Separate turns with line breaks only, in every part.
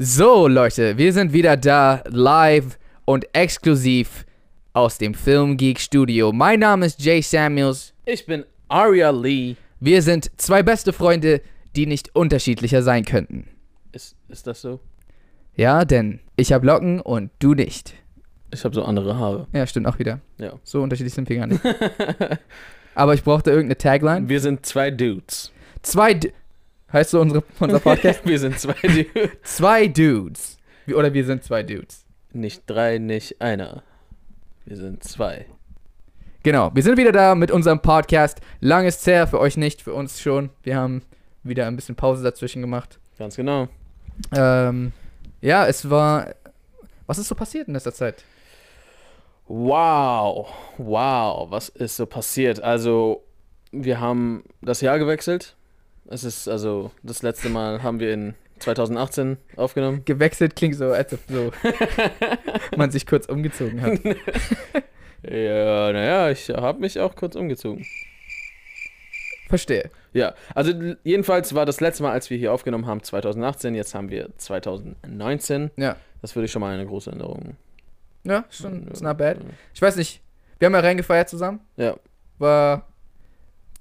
So, Leute, wir sind wieder da, live und exklusiv aus dem Film Geek Studio. Mein Name ist Jay Samuels.
Ich bin Aria Lee.
Wir sind zwei beste Freunde, die nicht unterschiedlicher sein könnten.
Ist, ist das so?
Ja, denn ich habe Locken und du nicht.
Ich habe so andere Haare.
Ja, stimmt auch wieder.
Ja.
So unterschiedlich sind wir gar nicht. Aber ich brauchte irgendeine Tagline.
Wir sind zwei Dudes.
Zwei D heißt so unsere, unser Podcast?
Wir sind zwei Dudes.
zwei Dudes. Wir- Oder wir sind zwei Dudes.
Nicht drei, nicht einer. Wir sind zwei.
Genau, wir sind wieder da mit unserem Podcast. Lang ist her, für euch nicht, für uns schon. Wir haben wieder ein bisschen Pause dazwischen gemacht.
Ganz genau.
Ähm, ja, es war. Was ist so passiert in letzter Zeit?
Wow. Wow. Was ist so passiert? Also, wir haben das Jahr gewechselt. Es ist also, das letzte Mal haben wir in 2018 aufgenommen.
Gewechselt klingt so, als ob so man sich kurz umgezogen hat.
Ja, naja, ich habe mich auch kurz umgezogen.
Verstehe.
Ja, also l- jedenfalls war das letzte Mal, als wir hier aufgenommen haben, 2018. Jetzt haben wir 2019.
Ja.
Das würde ich schon mal eine große Änderung.
Ja, schon, it's not bad. Ich weiß nicht, wir haben ja reingefeiert zusammen.
Ja.
War,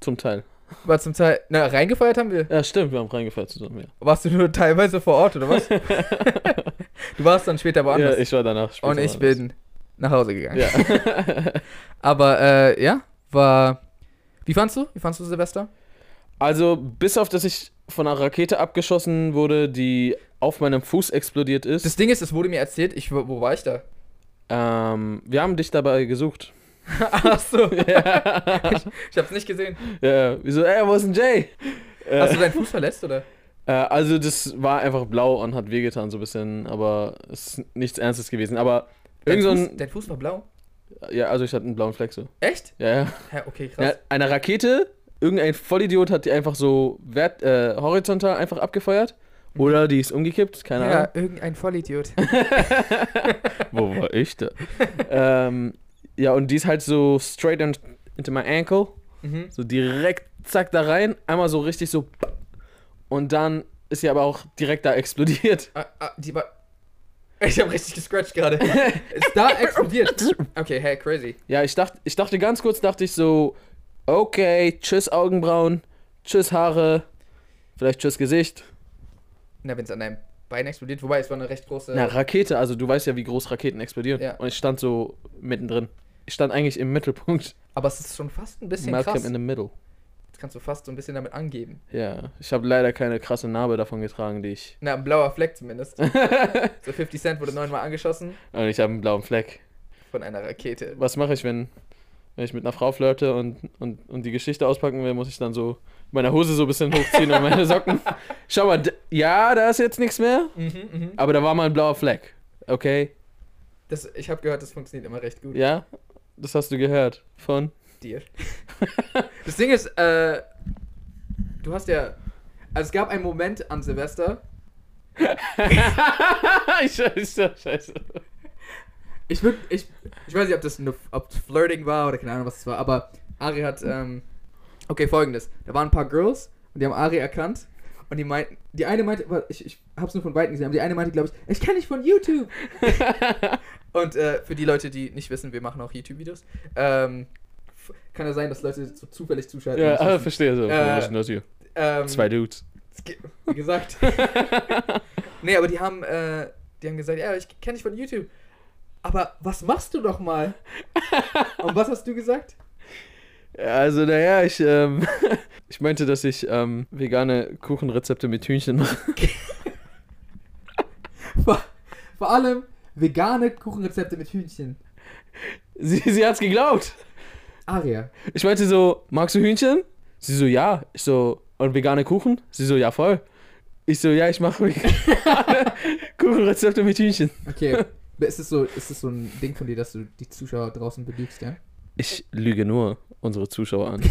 Zum Teil.
war zum Teil. Na, reingefeiert haben wir.
Ja, stimmt, wir haben reingefeiert zusammen.
Warst du nur teilweise vor Ort, oder was? du warst dann später
Ja,
woanders.
ja ich war danach später
und ich
woanders.
bin nach Hause gegangen.
Ja.
Aber äh, ja, war. Wie fandst du? Wie fandst du Silvester?
also, bis auf, dass ich von einer Rakete abgeschossen wurde, die auf meinem Fuß explodiert ist.
Das Ding ist, es wurde mir erzählt, ich, wo wo war ich da?
ähm, wir haben dich dabei gesucht.
Ach so,
ja.
ich hab's nicht gesehen.
ja. Wieso, ey, wo ist denn Jay? Äh,
Hast du deinen Fuß verletzt, oder?
Äh, also das war einfach blau und hat wehgetan so ein bisschen, aber es ist nichts Ernstes gewesen. Aber
Dein
irgend so
Fuß,
ein,
dein Fuß war blau.
ja, also ich hatte einen blauen Fleck so.
Echt?
Ja, ja.
Hä, okay,
ja
krass.
eine Rakete, irgendein Vollidiot hat die einfach so wert, äh, horizontal einfach abgefeuert. Oder die ist umgekippt, keine Ahnung.
irgendein Vollidiot.
Wo war ich da? ähm, ja, und die ist halt so straight in- into my ankle.
mhm.
So direkt, zack, da rein. Einmal so richtig so. Und dann ist sie aber auch direkt da explodiert.
ah, ah, die war. Ich hab richtig gescratcht gerade. Ist da explodiert. Okay, hey, crazy.
Ja, ich dachte, ich dachte ganz kurz, dachte ich so, okay, tschüss Augenbrauen, tschüss Haare, vielleicht tschüss Gesicht.
Na, wenn's an deinem Bein explodiert, wobei es war eine recht große.
Na, Rakete, also du weißt ja, wie groß Raketen explodieren.
Äh, Ja.
Und ich stand so mittendrin. Ich stand eigentlich im Mittelpunkt.
Aber es ist schon fast ein bisschen
Malcolm
krass.
in the middle.
Jetzt kannst du fast so ein bisschen damit angeben.
Ja, ich habe leider keine krasse Narbe davon getragen, die ich.
Na, ein blauer Fleck zumindest.
Und
So 50 Cent wurde neunmal angeschossen
äh, ich habe einen blauen Fleck.
von einer Rakete.
Was mache ich, wenn, wenn ich mit einer Frau flirte und, und, und die Geschichte auspacken will, muss ich dann so meine Hose so ein bisschen hochziehen und meine Socken. Schau mal, d- ja, da ist jetzt nichts mehr.
Mhm, mhm.
Aber da war mal ein blauer Fleck. Okay.
Das, ich habe gehört, das funktioniert immer recht gut.
Ja? Das hast du gehört. Von?
dir. das Ding ist, äh, du hast ja. Also es gab einen Moment an Silvester.
scheiße, scheiße.
Ich würde, ich, ich weiß nicht, ob das eine, ob Flirting war oder keine Ahnung, was es war, aber Ari hat, ähm, okay, folgendes. Da waren ein paar Girls und die haben Ari erkannt und die meinten, die eine meinte, warte, ich, ich hab's nur von Weitem gesehen, aber die eine meinte, glaube ich, ich kann nicht von YouTube. und äh, für die Leute, die nicht wissen, wir machen auch YouTube-Videos, ähm, f- kann ja sein, dass Leute so zufällig zuschalten.
ja,
und
ah,
nicht wissen.
verstehe so.
Äh,
Wir wissen das hier.
ähm,
Zwei Dudes.
Es gibt- Wie gesagt. nee, aber die haben, äh, die haben gesagt, ja, ich kenne dich von YouTube. Aber was machst du doch mal? Und was hast du gesagt?
Also, naja, ich, ähm, ich meinte, dass ich ähm, vegane Kuchenrezepte mit Hühnchen mache.
Vor, vor allem vegane Kuchenrezepte mit Hühnchen.
Sie, sie hat's geglaubt.
Aria.
Ich meinte so, magst du Hühnchen? Sie so, ja. Ich so, und vegane Kuchen? Sie so, ja, voll. Ich so, ja, ich mache vegane Kuchenrezepte mit Hühnchen.
Okay. Ist es, so, ist es so ein Ding von dir, dass du die Zuschauer draußen belügst, ja?
Ich lüge nur unsere Zuschauer an.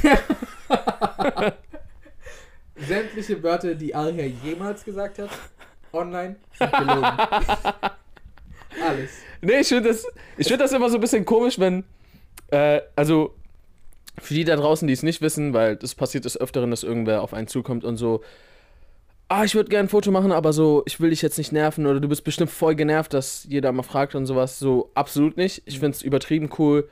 Sämtliche Wörter, die Aria jemals gesagt hat, online, sind gelogen. Alles.
Nee, ich finde das, ich find das immer so ein bisschen komisch, wenn. Äh, also, für die da draußen, die es nicht wissen, weil das passiert des Öfteren, dass irgendwer auf einen zukommt und so. ah, ich würde gerne ein Foto machen, aber so, ich will dich jetzt nicht nerven oder du bist bestimmt voll genervt, dass jeder mal fragt und sowas. So, absolut nicht. Ich finde es übertrieben cool,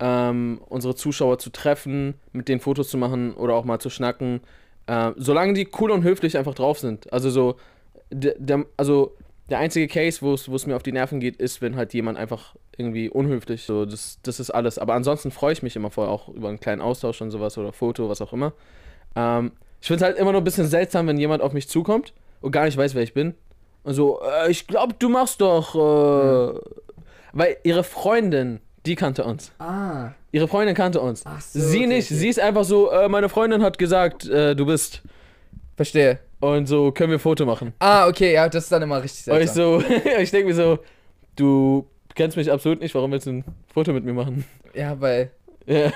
ähm, unsere Zuschauer zu treffen, mit denen Fotos zu machen oder auch mal zu schnacken. Ähm, solange die cool und höflich einfach drauf sind. Also so, der, der, also der einzige Case, wo es mir auf die Nerven geht, ist, wenn halt jemand einfach irgendwie unhöflich, so, das, das ist alles. Aber ansonsten freue ich mich immer voll auch über einen kleinen Austausch und sowas oder Foto, was auch immer. Ähm, ich finde es halt immer nur ein bisschen seltsam, wenn jemand auf mich zukommt und gar nicht weiß, wer ich bin. Und so, äh, ich glaube, du machst doch. Äh,
Hm.
Weil ihre Freundin, die kannte uns.
Ah,
Ihre Freundin kannte uns.
Ach so,
sie
okay,
nicht.
okay.
Sie ist einfach so, äh, meine Freundin hat gesagt, äh, du bist.
verstehe.
Und so, können wir ein Foto machen?
Ah, okay, ja, das ist dann immer richtig
Und ich
seltsam.
so, ich denke mir so, du kennst mich absolut nicht, warum willst du ein Foto mit mir machen?
Ja, weil
Ja.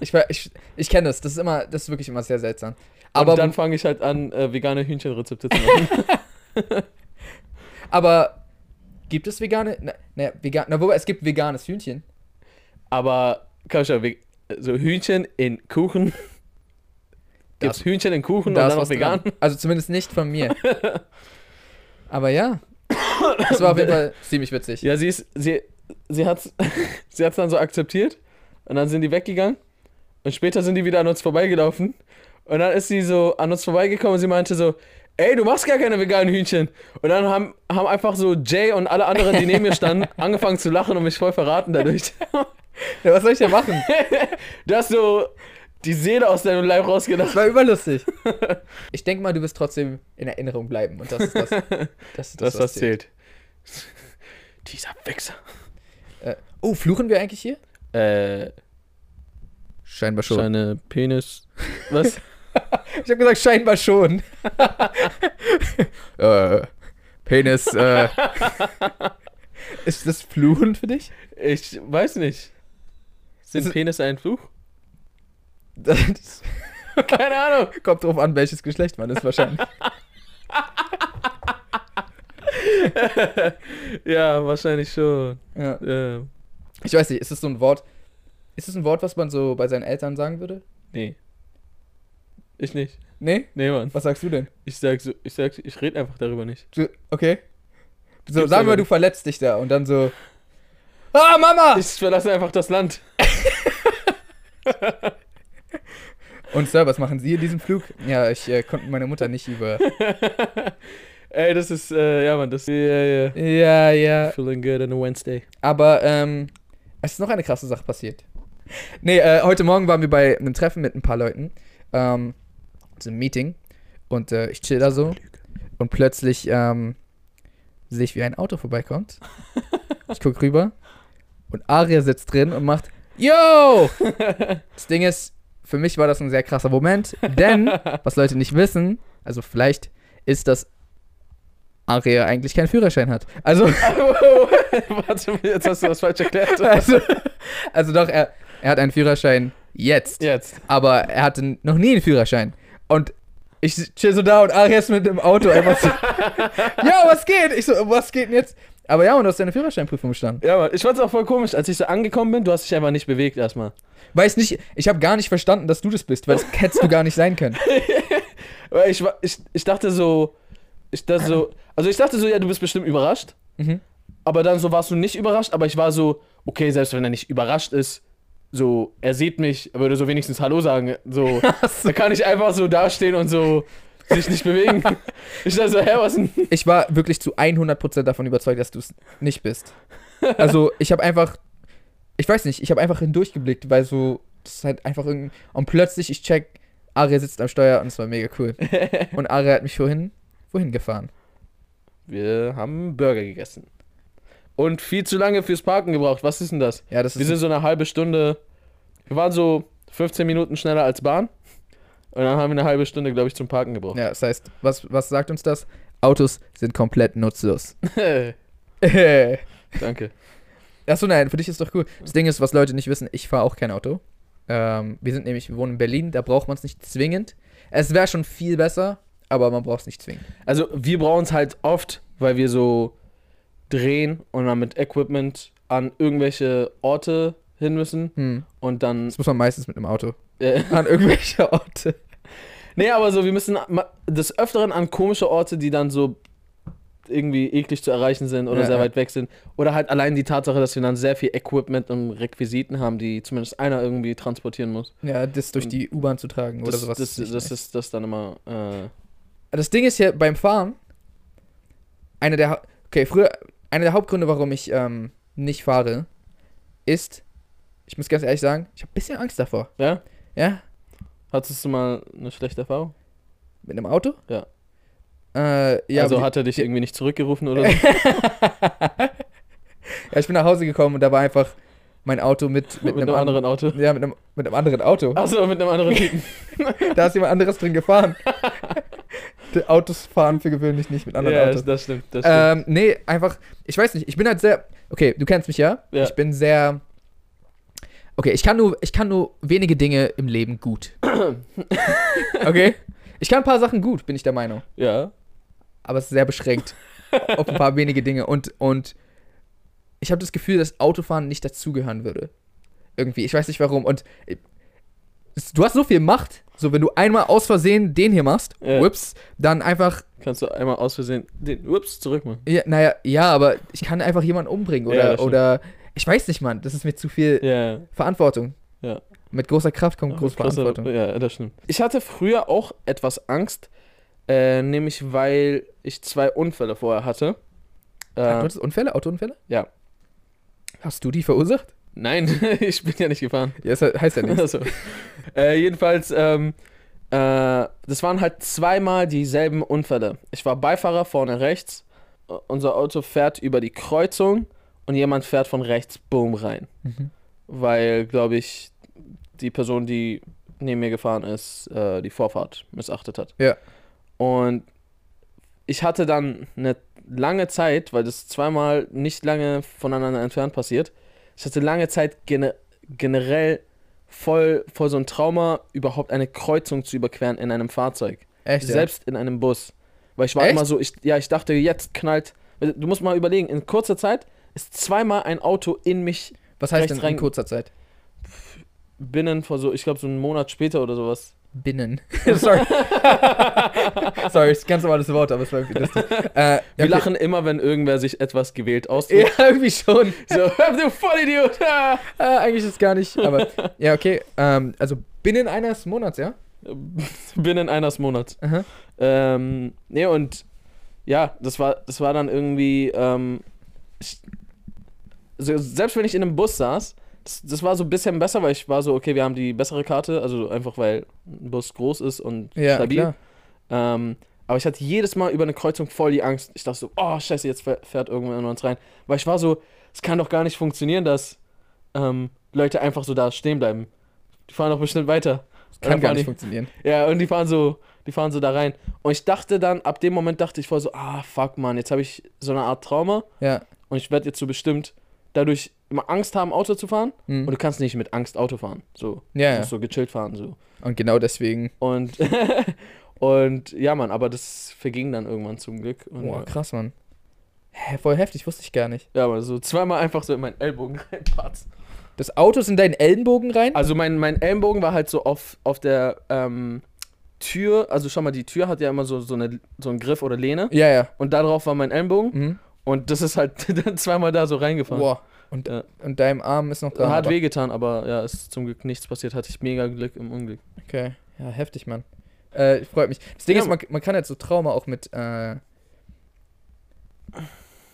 ich, we- ich, ich kenne das. Das ist immer, das ist wirklich immer sehr seltsam. Aber,
Aber dann fange ich halt an, äh, vegane Hühnchenrezepte zu machen.
aber gibt es vegane? Na, na, vegan, na, wobei, es gibt veganes Hühnchen.
Aber komm schon, we- so Hühnchen in Kuchen.
Das-
Gibt's Hühnchen in Kuchen und
Da ist
dann noch
was
vegan?
Dran. Also zumindest nicht von mir. Aber ja. Das war auf jeden Fall ziemlich witzig.
Ja, sie ist, sie, sie hat's, sie hat's dann so akzeptiert und dann sind die weggegangen und später sind die wieder an uns vorbeigelaufen und dann ist sie so an uns vorbeigekommen und sie meinte so, ey, du machst gar keine veganen Hühnchen. Und dann haben, haben einfach so Jay und alle anderen, die neben mir standen, angefangen zu lachen und mich voll verraten dadurch.
Ja, was soll ich denn machen?
Du hast so die Seele aus deinem Leib rausgedacht.
Das war überlustig. Ich denke mal, du wirst trotzdem in Erinnerung bleiben. Und das ist das. Das ist
Das,
was
was zählt. Dieser Wichser.
Äh, oh, fluchen wir eigentlich hier?
Äh,
Scheinbar
seine Penis. Was?
Ich habe gesagt, scheinbar schon. äh, Penis. Äh. ist das fluchen für dich?
Ich weiß nicht.
Ist
Sind
es-
Penisse ein Fluch?
Das
Keine Ahnung.
kommt drauf an, welches Geschlecht man ist wahrscheinlich.
Ja, wahrscheinlich schon.
Ja.
Ähm,
Ich weiß nicht, ist das so ein Wort? Ist das ein Wort, was man so bei seinen Eltern sagen würde?
nee. Ich nicht.
Nee?
Nee, Mann.
Was sagst du denn?
Ich sag so, ich sag, ich rede einfach darüber nicht.
Du, okay. So, sagen
Gibt's
wir,
aber
du
nicht.
verletzt dich da und dann so. Ah, Mama!
Ich verlasse einfach das Land.
Und Sir, was machen Sie in diesem Flug? Ja, ich äh, konnte meine Mutter nicht über.
Ey, das ist, äh, ja, Mann, das ist, yeah, yeah.
Ja, ja.
Feeling good on a Wednesday.
Aber ähm, es ist noch eine krasse Sache passiert. Nee, äh, heute Morgen waren wir bei einem Treffen mit ein paar Leuten. Ähm, so einem Meeting. Und äh, ich chill da so. Und plötzlich ähm, sehe ich, wie ein Auto vorbeikommt. Ich gucke rüber. Und Aria sitzt drin und macht Yo! Das Ding ist, für mich war das ein sehr krasser Moment. Denn, was Leute nicht wissen, also vielleicht ist, dass Aria eigentlich keinen Führerschein hat. Also.
Warte, jetzt hast du das falsch erklärt.
Also, also doch, er, er hat einen Führerschein jetzt,
Jetzt.
aber er hatte noch nie einen Führerschein. Und ich chill so da und Ari ist mit dem Auto einfach so, ja, was geht? Ich so, was geht denn jetzt? Aber ja, und du hast deine Führerscheinprüfung bestanden.
Ja, Mann, ich fand's auch voll komisch. Als ich so angekommen bin, du hast dich einfach nicht bewegt erstmal.
Weiß nicht, ich habe gar nicht verstanden, dass du das bist, weil das hättest du gar nicht sein können.
Weil ich, war- ich, ich dachte so, ich dachte so, also ich dachte so, ja, du bist bestimmt überrascht.
Mhm.
Aber dann so warst du nicht überrascht, aber ich war so, okay, selbst wenn er nicht überrascht ist, so, er sieht mich, er würde so wenigstens Hallo sagen. So, da kann ich einfach so dastehen und so sich nicht bewegen. ich dachte so, hä, was denn?
Ich war wirklich zu 100% davon überzeugt, dass du es nicht bist. Also, ich habe einfach, ich weiß nicht, ich habe einfach hindurchgeblickt, weil so, das ist halt einfach irgendein, und plötzlich, ich check, Aria sitzt am Steuer und es war mega cool. Und Aria hat mich wohin, wohin gefahren.
Wir haben Burger gegessen. Und viel zu lange fürs Parken gebraucht. Was ist denn das?
Ja, das
Wir
ist,
sind so eine halbe Stunde. Wir waren so 15 Minuten schneller als Bahn. Und dann haben wir eine halbe Stunde, glaube ich, zum Parken gebraucht.
ja, das heißt, was, was sagt uns das? Autos sind komplett nutzlos.
Danke.
Achso, nein, für dich ist doch cool. Das Ding ist, was Leute nicht wissen, ich fahre auch kein Auto. Ähm, wir sind nämlich, wir wohnen in Berlin, da braucht man es nicht zwingend. Es wäre schon viel besser, aber man braucht es nicht zwingend.
Also wir brauchen es halt oft, weil wir so drehen und dann mit Equipment an irgendwelche Orte hin müssen
Hm.
und dann
Das muss man meistens mit einem Auto.
äh,
An irgendwelche Orte.
Nee, aber so, wir müssen ma- des Öfteren an komische Orte, die dann so irgendwie eklig zu erreichen sind oder
Ja,
sehr
ja.
weit weg sind. Oder halt allein die Tatsache, dass wir dann sehr viel Equipment und Requisiten haben, die zumindest einer irgendwie transportieren muss.
Ja, das durch die U-Bahn zu tragen
Das,
oder sowas.
das,
nicht
das
nice.
ist das dann immer. Äh,
das Ding ist ja beim Fahren, einer der, Hau- okay, früher, einer der Hauptgründe, warum ich ähm, nicht fahre, ist, ich muss ganz ehrlich sagen, ich habe ein bisschen Angst davor.
äh, ja?
Ja,
Hattest du mal eine schlechte Erfahrung?
mit einem Auto?
Ja.
Äh, ja,
also
wie-
hat er dich irgendwie nicht zurückgerufen oder so?
ja, ich bin nach Hause gekommen und da war einfach mein Auto mit,
mit einem anderen Auto?
Ja, mit einem, mit einem anderen Auto.
Achso, mit einem anderen Typen.
Da ist jemand anderes drin gefahren. Die Autos fahren für gewöhnlich nicht mit anderen
ja,
Autos.
das stimmt. Das
Ähm,
stimmt.
nee, einfach, ich weiß nicht, ich bin halt sehr, okay, du kennst mich ja,
Ja.
ich bin sehr, okay, ich kann nur, ich kann nur wenige Dinge im Leben gut. okay? Ich kann ein paar Sachen gut, bin ich der Meinung,
ja.
aber es ist sehr beschränkt auf ein paar wenige Dinge und, und ich habe das Gefühl, dass Autofahren nicht dazugehören würde. Irgendwie, ich weiß nicht warum und äh, es- du hast so viel Macht, so wenn du einmal aus Versehen den hier machst,
Ja.
whoops, dann einfach
Kannst du einmal aus Versehen den Ups zurück machen.
Ja, naja, ja, aber ich kann einfach jemanden umbringen
Ja, das
oder,
stimmt.
oder ich weiß nicht, Mann, das ist mir zu viel
Ja.
Verantwortung.
Ja.
Mit großer Kraft kommt große
Große-
Verantwortung.
Ja, das stimmt. Ich hatte früher auch etwas Angst, äh, nämlich weil ich zwei Unfälle vorher hatte.
Ah,
Äh,
Du hattest Unfälle, Autounfälle?
Ja.
Hast du die verursacht?
nein, ich bin ja nicht gefahren.
Ja, das heißt ja nicht.
Also, äh, jedenfalls, ähm, äh, das waren halt zweimal dieselben Unfälle. Ich war Beifahrer vorne rechts. U- Unser Auto fährt über die Kreuzung und jemand fährt von rechts boom rein.
Mhm.
Weil, glaube ich, die Person, die neben mir gefahren ist, äh, die Vorfahrt missachtet hat.
Ja.
Und ich hatte dann eine lange Zeit, weil das zweimal nicht lange voneinander entfernt passiert, ich hatte lange Zeit gene generell voll, voll so ein Trauma, überhaupt eine Kreuzung zu überqueren in einem Fahrzeug.
Echt? ja?
Selbst in einem Bus. Weil ich war
Echt?
immer so, ich, ja, ich dachte, jetzt knallt. also, Du musst mal überlegen, in kurzer Zeit ist zweimal ein Auto in mich
Was heißt
rechts
denn
rein-
in kurzer Zeit?
binnen vor so, ich glaube, so einen Monat später oder sowas.
Binnen. Sorry. Sorry, ist ein ganz normales Wort, aber es war irgendwie lustig. Äh,
Wir
okay.
lachen immer, wenn irgendwer sich etwas gewählt ausdrückt.
Ja, irgendwie schon.
So, du Vollidiot! ah!
Äh, eigentlich ist es gar nicht, aber ja, okay. Ähm, also binnen eines Monats, ja?
Binnen eines Monats.
Aha.
Ähm, nee, und ja, das war, das war dann irgendwie. Ähm, ich, so, selbst wenn ich in einem Bus saß, das, das war so ein bisschen besser, weil ich war so, okay, wir haben die bessere Karte, also einfach weil ein Bus groß ist und
Ja,
stabil.
klar.
Ähm, aber ich hatte jedes Mal über eine Kreuzung voll die Angst. Ich dachte so, oh scheiße, jetzt fäh- fährt irgendwer in uns rein. Weil ich war so, es kann doch gar nicht funktionieren, dass ähm, Leute einfach so da stehen bleiben. Die fahren doch bestimmt weiter.
Kann
Dann
gar
fahren
nicht
die-
funktionieren.
Ja, und die fahren so, die fahren so da rein. Und ich dachte dann, ab dem Moment dachte ich voll so, ah fuck man, jetzt habe ich so eine Art Trauma
Ja.
und ich werde jetzt so bestimmt dadurch immer Angst haben, Auto zu fahren.
Mhm.
Und du kannst nicht mit Angst Auto fahren. So, du
Ja, ja.
musst so gechillt fahren, so.
Und genau deswegen.
Und, und ja, Mann, aber das verging dann irgendwann zum Glück. Und,
Boah,
ja.
krass, Mann. Hä, voll heftig, wusste ich gar nicht.
ja, aber so zweimal einfach so in meinen Ellbogen reinpatzt.
Das Auto ist in deinen Ellenbogen rein?
Also mein, mein Ellenbogen war halt so auf, auf der ähm, Tür, also schau mal, die Tür hat ja immer so, so, eine, so einen Griff oder Lehne.
Ja, ja.
Und darauf war mein Ellenbogen
Mhm.
und das ist halt dann zweimal da so reingefahren.
Boah. Und,
Ja.
und deinem Arm ist noch dran.
Hat
aber-
wehgetan, aber ja, ist zum Glück nichts passiert. Hatte ich mega Glück im Unglück.
Okay. Ja, heftig, Mann. Äh, freut mich. Das Ding
Ja.
ist, man, man kann halt so Trauma auch mit. Äh,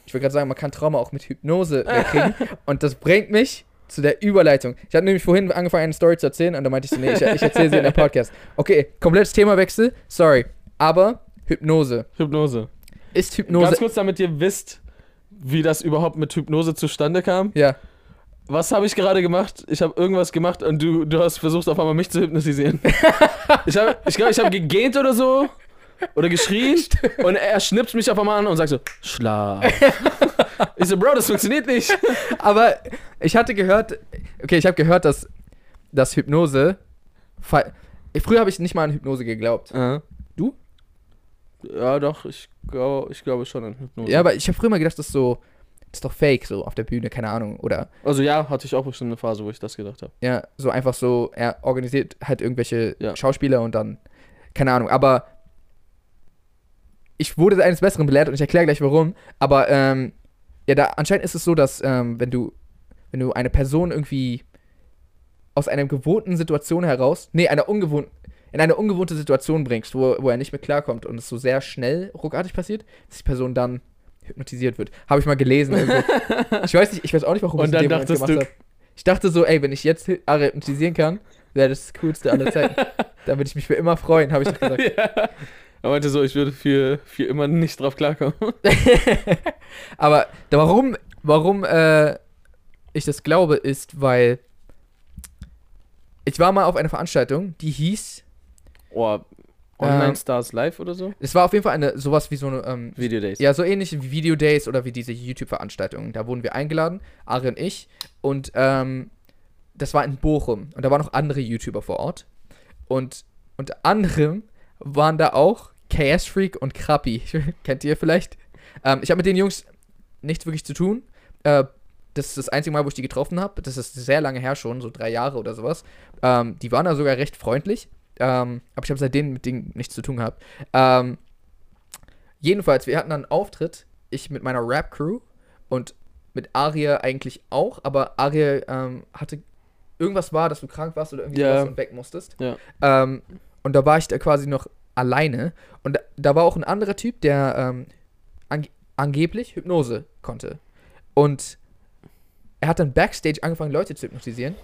ich würde gerade sagen, man kann Trauma auch mit Hypnose wegkriegen. und das bringt mich zu der Überleitung. Ich hatte nämlich vorhin angefangen, eine Story zu erzählen und da meinte ich so, nee, ich, ich erzähle sie in der Podcast. Okay, komplettes Themawechsel. Sorry. Aber Hypnose.
Hypnose.
Ist Hypnose.
Ganz kurz, damit ihr wisst, wie das überhaupt mit Hypnose zustande kam.
Ja.
Was habe ich gerade gemacht? Ich habe irgendwas gemacht und du, du hast versucht, auf einmal mich zu hypnotisieren. ich glaube, ich, glaub, ich habe gegähnt oder so. Oder geschrien. und er schnippt mich auf einmal an und sagt so, Schlaf. ich so, Bro, das funktioniert nicht.
Aber ich hatte gehört, okay, ich habe gehört, dass, dass Hypnose. fa- Früher habe ich nicht mal an Hypnose geglaubt.
Du? Ja, doch, ich, glaub, ich glaube schon an Hypnose.
Ja, aber ich habe früher mal gedacht, das ist so. Das ist doch fake, so auf der Bühne, keine Ahnung. Oder
also ja, hatte ich auch bestimmt eine Phase, wo ich das gedacht habe.
ja, so einfach so, er organisiert halt irgendwelche
Ja.
Schauspieler und dann. Keine Ahnung, aber ich wurde eines Besseren belehrt und ich erkläre gleich warum. Aber ähm, ja, da anscheinend ist es so, dass ähm, wenn du wenn du eine Person irgendwie aus einer gewohnten Situation heraus, nee, einer ungewohnten, in eine ungewohnte Situation bringst, wo, wo er nicht mehr klarkommt und es so sehr schnell ruckartig passiert, dass die Person dann hypnotisiert wird. Habe ich mal gelesen. irgendwo. ich weiß nicht, ich weiß auch nicht, warum
Und
ich es in
dann
dem Moment
dachtest
gemacht
du-
hab. Ich dachte so, ey, wenn ich jetzt Hi- Ari hypnotisieren kann, wäre das das Coolste aller Zeiten. dann würde ich mich für immer freuen, habe ich doch gesagt.
ja. Er meinte so, ich würde für, für immer nicht drauf klarkommen.
Aber da, warum, warum äh, ich das glaube, ist, weil ich war mal auf einer Veranstaltung, die hieß,
Oh,
Ähm.
Online Stars Live oder so?
es war auf jeden Fall eine sowas wie so eine, ähm,
Video Days.
ja, so ähnlich wie Video Days oder wie diese YouTube-Veranstaltungen. Da wurden wir eingeladen, Ari und ich, und ähm, das war in Bochum und da waren noch andere YouTuber vor Ort und unter anderem waren da auch KS Freak und Krappi. Kennt ihr vielleicht? Ähm, ich habe mit den Jungs nichts wirklich zu tun. Äh, das ist das einzige Mal, wo ich die getroffen habe. Das ist sehr lange her schon, so drei Jahre oder sowas. Ähm, die waren da sogar recht freundlich. Ähm, aber ich habe seitdem mit denen nichts zu tun gehabt. Ähm, jedenfalls, wir hatten dann einen Auftritt. Ich mit meiner Rap-Crew und mit Aria eigentlich auch. Aber Aria ähm, hatte irgendwas war, dass du krank warst oder irgendwie
Ja.
sowas und weg musstest.
Ja.
Ähm, und da war ich da quasi noch alleine. Und da, da war auch ein anderer Typ, der ähm, ange angeblich Hypnose konnte. Und er hat dann backstage angefangen, Leute zu hypnotisieren.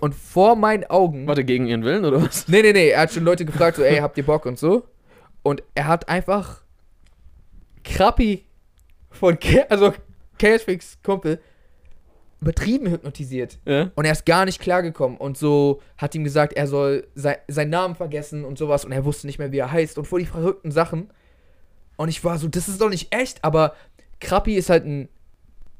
und vor meinen Augen.
Warte, gegen ihren Willen oder was?
Nee, nee, nee. Er hat schon Leute gefragt, so, ey, habt ihr Bock und so. Und er hat einfach Krappi von, K also Cashfix Kumpel, übertrieben hypnotisiert.
Ja.
Und er ist gar nicht klargekommen und so hat ihm gesagt, er soll sei, seinen Namen vergessen und sowas und er wusste nicht mehr, wie er heißt und voll die verrückten Sachen. Und ich war so, das ist doch nicht echt, aber Krappi ist halt ein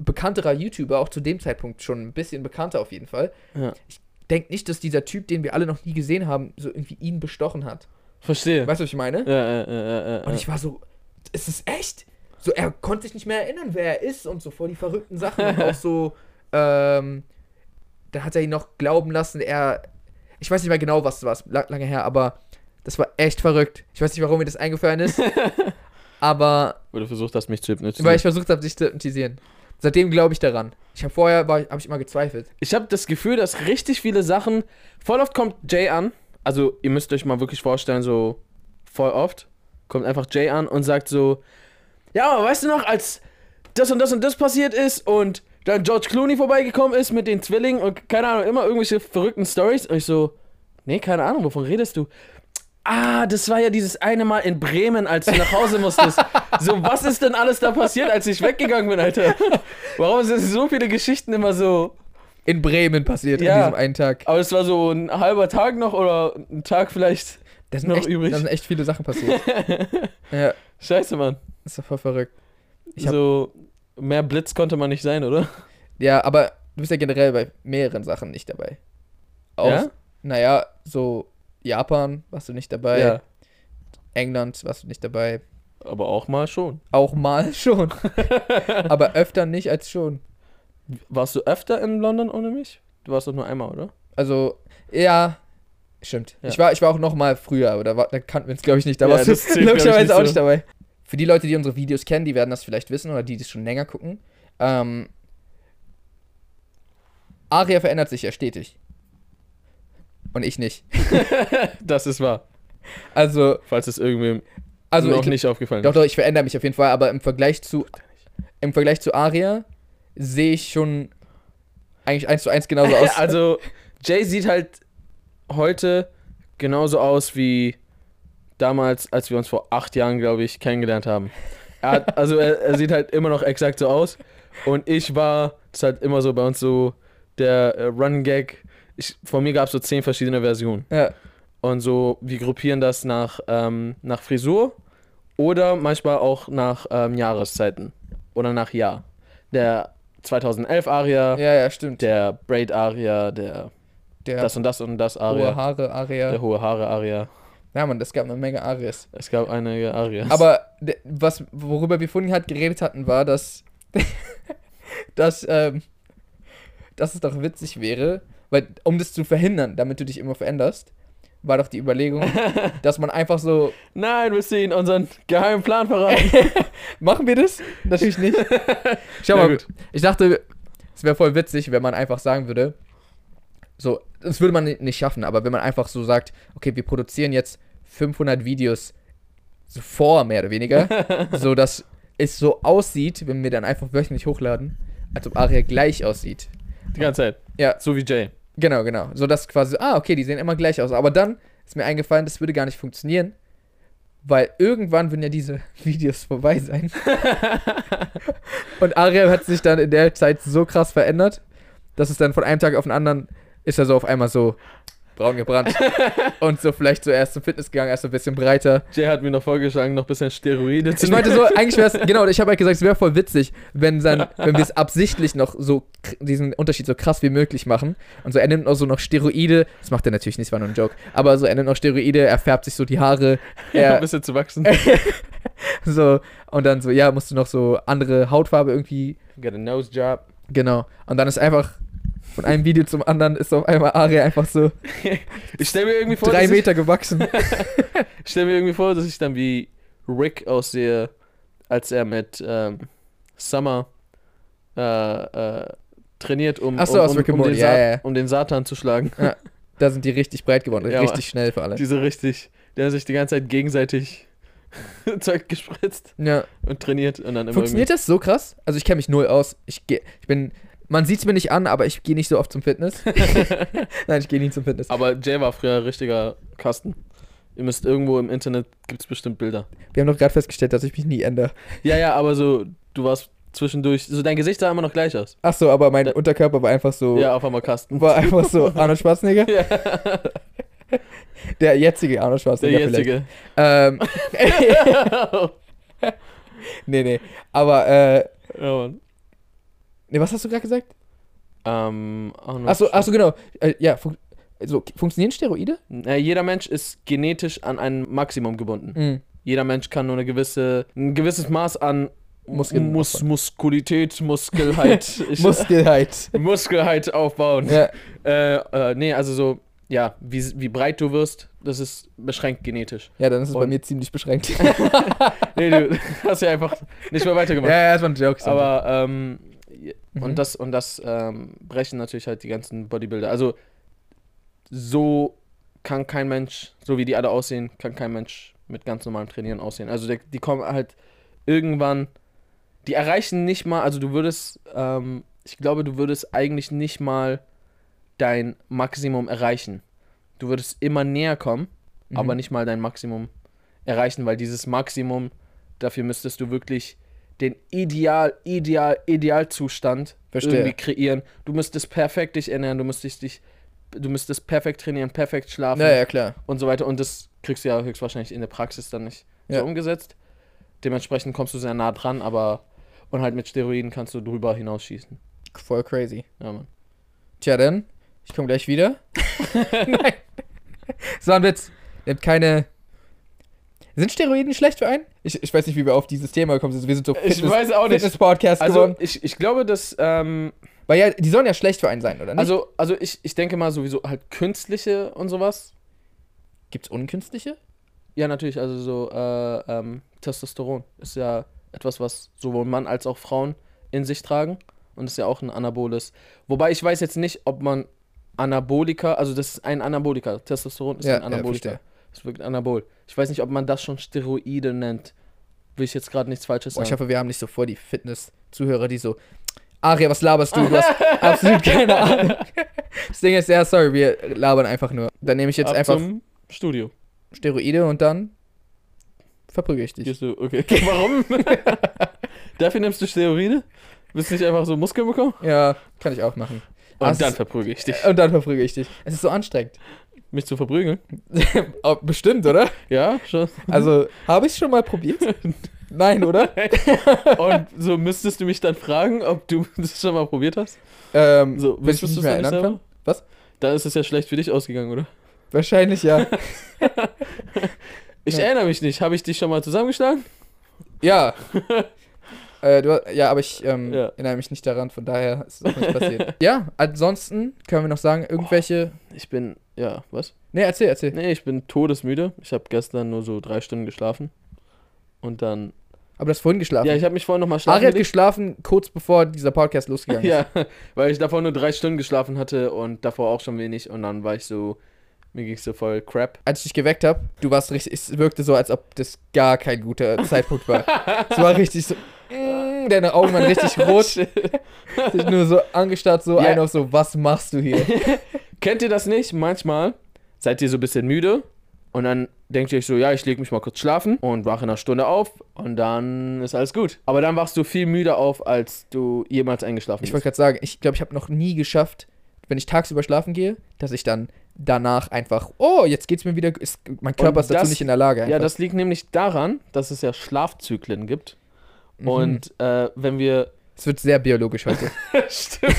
bekannterer YouTuber, auch zu dem Zeitpunkt schon ein bisschen bekannter auf jeden Fall.
Ja.
Ich denke nicht, dass dieser Typ, den wir alle noch nie gesehen haben, so irgendwie ihn bestochen hat.
Verstehe.
Weißt du, was ich meine?
Ja, ja, ja, ja, ja.
Und ich war so, ist es echt? So, er konnte sich nicht mehr erinnern, wer er ist und so voll die verrückten Sachen. Und auch so, ähm, da hat er ihn noch glauben lassen, er, ich weiß nicht mehr genau, was war, lange her, aber das war echt verrückt. Ich weiß nicht, warum mir das eingefallen ist, aber
Oder versucht hast, mich zu hypnotisieren.
weil ich versucht habe, dich zu hypnotisieren. Seitdem glaube ich daran. Ich habe vorher, war, habe ich immer gezweifelt.
ich habe das Gefühl, dass richtig viele Sachen. Voll oft kommt Jay an. Also, ihr müsst euch mal wirklich vorstellen, so voll oft kommt einfach Jay an und sagt so: Ja, aber weißt du noch, als das und das und das passiert ist und dann George Clooney vorbeigekommen ist mit den Zwillingen und keine Ahnung, immer irgendwelche verrückten Stories. Und ich so: Nee, keine Ahnung, wovon redest du? Ah, das war ja dieses eine Mal in Bremen, als du nach Hause musstest. So, was ist denn alles da passiert, als ich weggegangen bin, Alter? Warum sind so viele Geschichten immer so
In Bremen passiert,
Ja.
an diesem einen Tag.
aber es war so ein halber Tag noch oder ein Tag vielleicht.
Da
Noch
echt,
übrig.
Da sind echt viele Sachen passiert. ja,
Scheiße, Mann.
das war voll verrückt. Ich hab-
so mehr Blitz konnte man nicht sein, oder?
Ja, aber du bist ja generell bei mehreren Sachen nicht dabei. Auch,
Ja?
Naja, so Japan warst du nicht dabei, England warst du nicht dabei.
Aber auch mal schon.
Auch mal schon. aber öfter nicht als schon.
Warst du öfter in London ohne mich? Du warst doch nur einmal, oder?
Also, ja, stimmt.
Ja.
Ich, war, ich war auch noch mal früher, aber da, war, da kannten wir uns, glaube ich, nicht. Da
Ja,
warst du
das zählt, glaub ich,
logischerweise
nicht
auch
so.
nicht dabei. Für die Leute, die unsere Videos kennen, die werden das vielleicht wissen oder die das schon länger gucken. Ähm, Aria verändert sich ja stetig. Und ich nicht.
Das ist wahr.
Also,
Falls es irgendwem
Also
noch
ich,
nicht aufgefallen
Doch, doch, ich verändere mich auf jeden Fall, aber im Vergleich zu im Vergleich zu Aria sehe ich schon eigentlich eins zu eins genauso aus.
Also, Jay sieht halt heute genauso aus wie damals, als wir uns vor acht Jahren, glaube ich, kennengelernt haben. Er hat, also, er, er sieht halt immer noch exakt so aus. Und ich war, das ist halt immer so bei uns so, der äh, Run-Gag. Ich- Von mir gab es so zehn verschiedene Versionen.
ja.
Und so, wir gruppieren das nach, ähm, nach Frisur oder manchmal auch nach ähm, Jahreszeiten oder nach Jahr. Der 2011 Aria,
ja, ja, stimmt.
der Braid Aria, der
Der
das und das und das
hohe
Aria,
Haare Aria.
der hohe Haare Aria.
Ja, Mann, das gab eine Menge Arias.
Es gab einige Arias.
Aber de- was worüber wir vorhin halt geredet hatten, war, dass dass ähm, dass es doch witzig wäre, weil um das zu verhindern, damit du dich immer veränderst, war doch die Überlegung, dass man einfach so,
Nein, willst du ihnen unseren geheimen Plan verraten?
machen wir das? Natürlich nicht. Schau
Na
mal, ich dachte, es wäre voll witzig, wenn man einfach sagen würde, so, das würde man ni- nicht schaffen, aber wenn man einfach so sagt, okay, wir produzieren jetzt 500 Videos so vor, mehr oder weniger, so dass es so aussieht, wenn wir dann einfach wöchentlich hochladen, als ob Aria gleich aussieht.
Die ganze Zeit.
Ja.
So wie Jay.
Genau, genau. So dass quasi, ah, okay, die sehen immer gleich aus. Aber dann ist mir eingefallen, das würde gar nicht funktionieren. Weil irgendwann würden ja diese Videos vorbei sein. Und Ariel hat sich dann in der Zeit so krass verändert, dass es dann von einem Tag auf den anderen ist er so auf einmal so braun gebrannt. Und so vielleicht so erst zum Fitness gegangen, erst so ein bisschen breiter.
Jay hat mir noch vorgeschlagen, noch ein bisschen Steroide zu
Ich meinte so, eigentlich wäre es, genau, ich habe halt gesagt, es wäre voll witzig, wenn, sein, wenn wir es absichtlich noch so, kr- diesen Unterschied so krass wie möglich machen. Und so, er nimmt auch so noch Steroide, das macht er natürlich nicht, war nur ein Joke, aber so, er nimmt noch Steroide, er färbt sich so die Haare,
ja, um ein
er,
bisschen zu wachsen.
Äh. so, und dann so, ja, musst du noch so andere Hautfarbe irgendwie,
Got a nose job.
genau. Und dann ist einfach, von einem Video zum anderen ist auf einmal Ari einfach so
Ich stelle mir irgendwie vor,
drei
dass
Meter gewachsen.
Ich, ich stell mir irgendwie vor, dass ich dann wie Rick aussehe, als er mit ähm, Summer äh, äh, trainiert, um,
Ach so,
um,
aus
um,
Rick and
um, den
Morty, ja, ja, ja.
um den Satan zu schlagen.
Da sind die richtig breit geworden,
Ja, aber-
richtig schnell vor allem.
Diese richtig, der hat sich die ganze Zeit gegenseitig Zeug gespritzt
Ja.
und trainiert und dann immer
Funktioniert das so krass? Also ich kenne mich null aus. Ich gehe, ich bin, man sieht's mir nicht an, aber ich gehe nicht so oft zum Fitness. Nein, ich gehe nie zum Fitness.
irgendwie. Aber Jay war früher richtiger Kasten. Ihr müsst irgendwo im Internet gibt's bestimmt Bilder.
Wir haben doch gerade festgestellt, dass ich mich nie ändere.
Ja, ja, aber so, du warst zwischendurch, so dein Gesicht sah immer noch gleich aus.
Ach so, aber mein
Da-
Unterkörper war einfach so,
Ja, auf einmal Kasten.
war einfach so Arnold Schwarzenegger.
Ja,
Der jetzige Arnold
der
Schwarzenegger vielleicht.
jetzige.
Ähm,
ja,
nee, nee. Aber äh,
Mann.
nee, was hast du gerade gesagt?
Ähm, auch noch-
Ach so, ach so genau. Äh, ja, fun also, funktionieren Steroide?
Na, Äh, jeder Mensch ist genetisch an ein Maximum gebunden.
Mhm.
Jeder Mensch kann nur eine gewisse, ein gewisses Maß an
Muskeln
Mus Muskulität, Muskelheit, ich,
Muskelheit.
Muskelheit halt aufbauen.
ja.
Äh, äh, nee, also so, ja, wie, wie breit du wirst, das ist beschränkt genetisch.
ja, dann ist es bei
Und-
mir ziemlich beschränkt.
Nee, du hast ja einfach nicht mehr weitergemacht.
ja, das war ein Joke.
Aber, ähm, j-
Mhm.
und das, und das ähm, brechen natürlich halt die ganzen Bodybuilder. Also, so kann kein Mensch, so wie die alle aussehen, kann kein Mensch mit ganz normalem Trainieren aussehen. Also, der, die kommen halt irgendwann, die erreichen nicht mal, also du würdest, ähm, ich glaube, du würdest eigentlich nicht mal dein Maximum erreichen. Du würdest immer näher kommen,
Mhm.
aber nicht mal dein Maximum erreichen, weil dieses Maximum, dafür müsstest du wirklich den ideal, ideal, Idealzustand
Verstehe.
irgendwie kreieren. Du müsstest perfekt dich ernähren, du müsstest dich, du müsstest perfekt trainieren, perfekt schlafen
Ja, ja, klar.
und so weiter. Und das kriegst du ja höchstwahrscheinlich in der Praxis dann nicht
Ja.
so umgesetzt. Dementsprechend kommst du sehr nah dran, aber und halt mit Steroiden kannst du drüber hinausschießen.
Voll crazy.
Ja, Mann.
Tja, dann, ich komme gleich wieder. Nein. So ein Witz. Nehmt keine. Sind Steroiden schlecht für einen? Ich, ich weiß nicht, wie wir auf dieses Thema kommen. Wir sind so
auch
Fitness-Podcast
Also
geworden.
ich, ich glaube, dass ähm,
Weil ja, die sollen ja schlecht für einen sein, oder nicht?
also also ich, ich denke mal sowieso halt künstliche und sowas.
gibt's unkünstliche?
Ja, natürlich, also so äh, ähm, Testosteron ist ja etwas, was sowohl Mann als auch Frauen in sich tragen und ist ja auch ein Anaboles. Wobei ich weiß jetzt nicht, ob man Anabolika, also das ist ein Anabolika, Testosteron ist
Ja,
ein
ja,
Anabolika.
verstehe.
ist wirklich ein Anabol. Ich weiß nicht, ob man das schon Steroide nennt. Will ich jetzt gerade nichts Falsches
Boah,
sagen.
ich hoffe, wir haben nicht so vor die Fitness-Zuhörer, die so. Aria, was laberst du? Du hast absolut keine Ahnung. Das Ding ist, ja, sorry, wir labern einfach nur. Dann nehme ich jetzt
Ab
einfach
zum Studio.
Steroide und dann verprügel ich dich.
Gehst du, okay. Warum? Dafür nimmst du Steroide? Willst nicht einfach so Muskeln bekommen?
Ja, kann ich auch machen.
Und
Ach,
dann verprügel ich dich.
Und dann verprügel ich dich. Es ist so anstrengend.
Mich zu verprügeln?
Oh, Bestimmt, oder?
Ja, schon.
Also, habe ich schon mal probiert? Nein, oder?
Und so müsstest du mich dann fragen, ob du das schon mal probiert hast.
Ähm,
So,
wenn ich mich
wüsstest
nicht
du
mehr
es dann
erinnern kann?
selber?
Was?
Dann ist es ja schlecht für dich ausgegangen, oder?
Wahrscheinlich ja.
Ich
Ja.
erinnere mich nicht. Habe ich dich schon mal zusammengeschlagen?
ja. äh, du, ja, aber ich ähm,
Ja.
erinnere mich nicht daran, von daher ist es auch nicht passiert. ja, ansonsten können wir noch sagen, irgendwelche.
Ich bin, ja, was?
Nee, Nee, erzähl, erzähl.
Nee, ich bin todesmüde. Ich habe gestern nur so drei Stunden geschlafen. Und dann.
Aber du hast vorhin geschlafen.
Ja, ich habe mich vorhin nochmal schlafen
Ari hat
gelegt.
geschlafen, kurz bevor dieser Podcast losgegangen ist.
Ja, weil ich davor nur drei Stunden geschlafen hatte und davor auch schon wenig. Und dann war ich so. Mir ging so voll crap.
Als ich dich geweckt habe, du warst richtig. Es wirkte so, als ob das gar kein guter Zeitpunkt war. es war richtig so. mm, Deine Augen waren richtig rot. Dich nur so angestarrt, so
Ja.
ein auf so, was machst du hier?
Kennt ihr das nicht? Manchmal seid ihr so ein bisschen müde und dann denkt ihr euch so, ja, ich lege mich mal kurz schlafen und wache in einer Stunde auf und dann ist alles gut. Aber dann wachst du viel müder auf, als du jemals eingeschlafen
Ich
bist.
wollte gerade sagen, ich glaube, ich habe noch nie geschafft, wenn ich tagsüber schlafen gehe, dass ich dann danach einfach, oh, jetzt geht's mir wieder, ist, mein Körper ist
das-
dazu nicht in der Lage.
Ja,
einfach.
das liegt nämlich daran, dass es ja Schlafzyklen gibt.
Mhm.
Und äh, wenn wir.
es wird sehr biologisch heute,
Stimmt.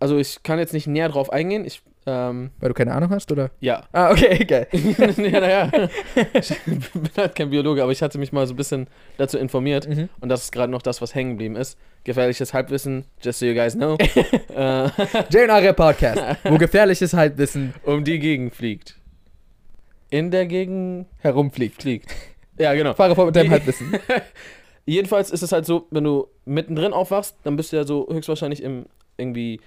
also ich kann jetzt nicht näher drauf eingehen. Ich. Ähm,
weil du keine Ahnung hast, oder?
ja.
Ah, okay, geil.
ja, naja. Ich bin halt kein Biologe, aber ich hatte mich mal so ein bisschen dazu informiert.
Mhm.
Und das ist gerade noch das, was hängen geblieben ist. Gefährliches Halbwissen, just so you guys know. äh,
Jane Eyre Podcast, wo gefährliches Halbwissen
um die Gegend fliegt. In der Gegend
herumfliegt.
fliegt. Ja, genau.
Fahre vor mit deinem Halbwissen.
Jedenfalls ist es halt so, wenn du mittendrin aufwachst, dann bist du ja so höchstwahrscheinlich im irgendwie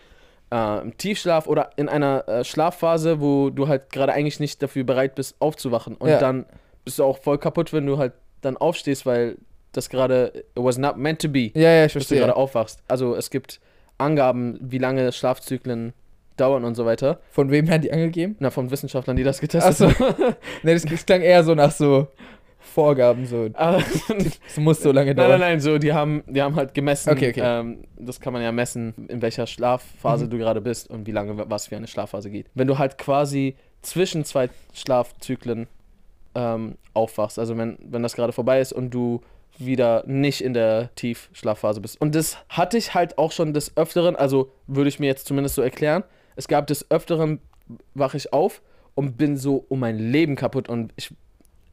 äh, im Tiefschlaf oder in einer äh, Schlafphase, wo du halt gerade eigentlich nicht dafür bereit bist, aufzuwachen. Und
Ja.
dann bist du auch voll kaputt, wenn du halt dann aufstehst, weil das gerade it was not meant to be.
Ja, ja, ich
dass du gerade
verstehe.
aufwachst. Also es gibt Angaben, wie lange Schlafzyklen dauern und so weiter.
Von wem hat die angegeben?
Na, von Wissenschaftlern, die das
Ach
getestet
so.
haben.
ne, das klang eher so nach so Vorgaben, so.
Aber-
Es muss so lange
nein,
dauern.
nein, nein, so, die haben, die haben halt gemessen.
Okay, Mhm. okay.
Ähm, das kann man ja messen, in welcher Schlafphase du gerade bist und wie lange wa- was für eine Schlafphase geht. Wenn du halt quasi zwischen zwei Schlafzyklen ähm, aufwachst, also wenn, wenn das gerade vorbei ist und du wieder nicht in der Tiefschlafphase bist. Und das hatte ich halt auch schon des Öfteren, also würde ich mir jetzt zumindest so erklären, es gab des Öfteren, wache ich auf und bin so um mein Leben kaputt und ich,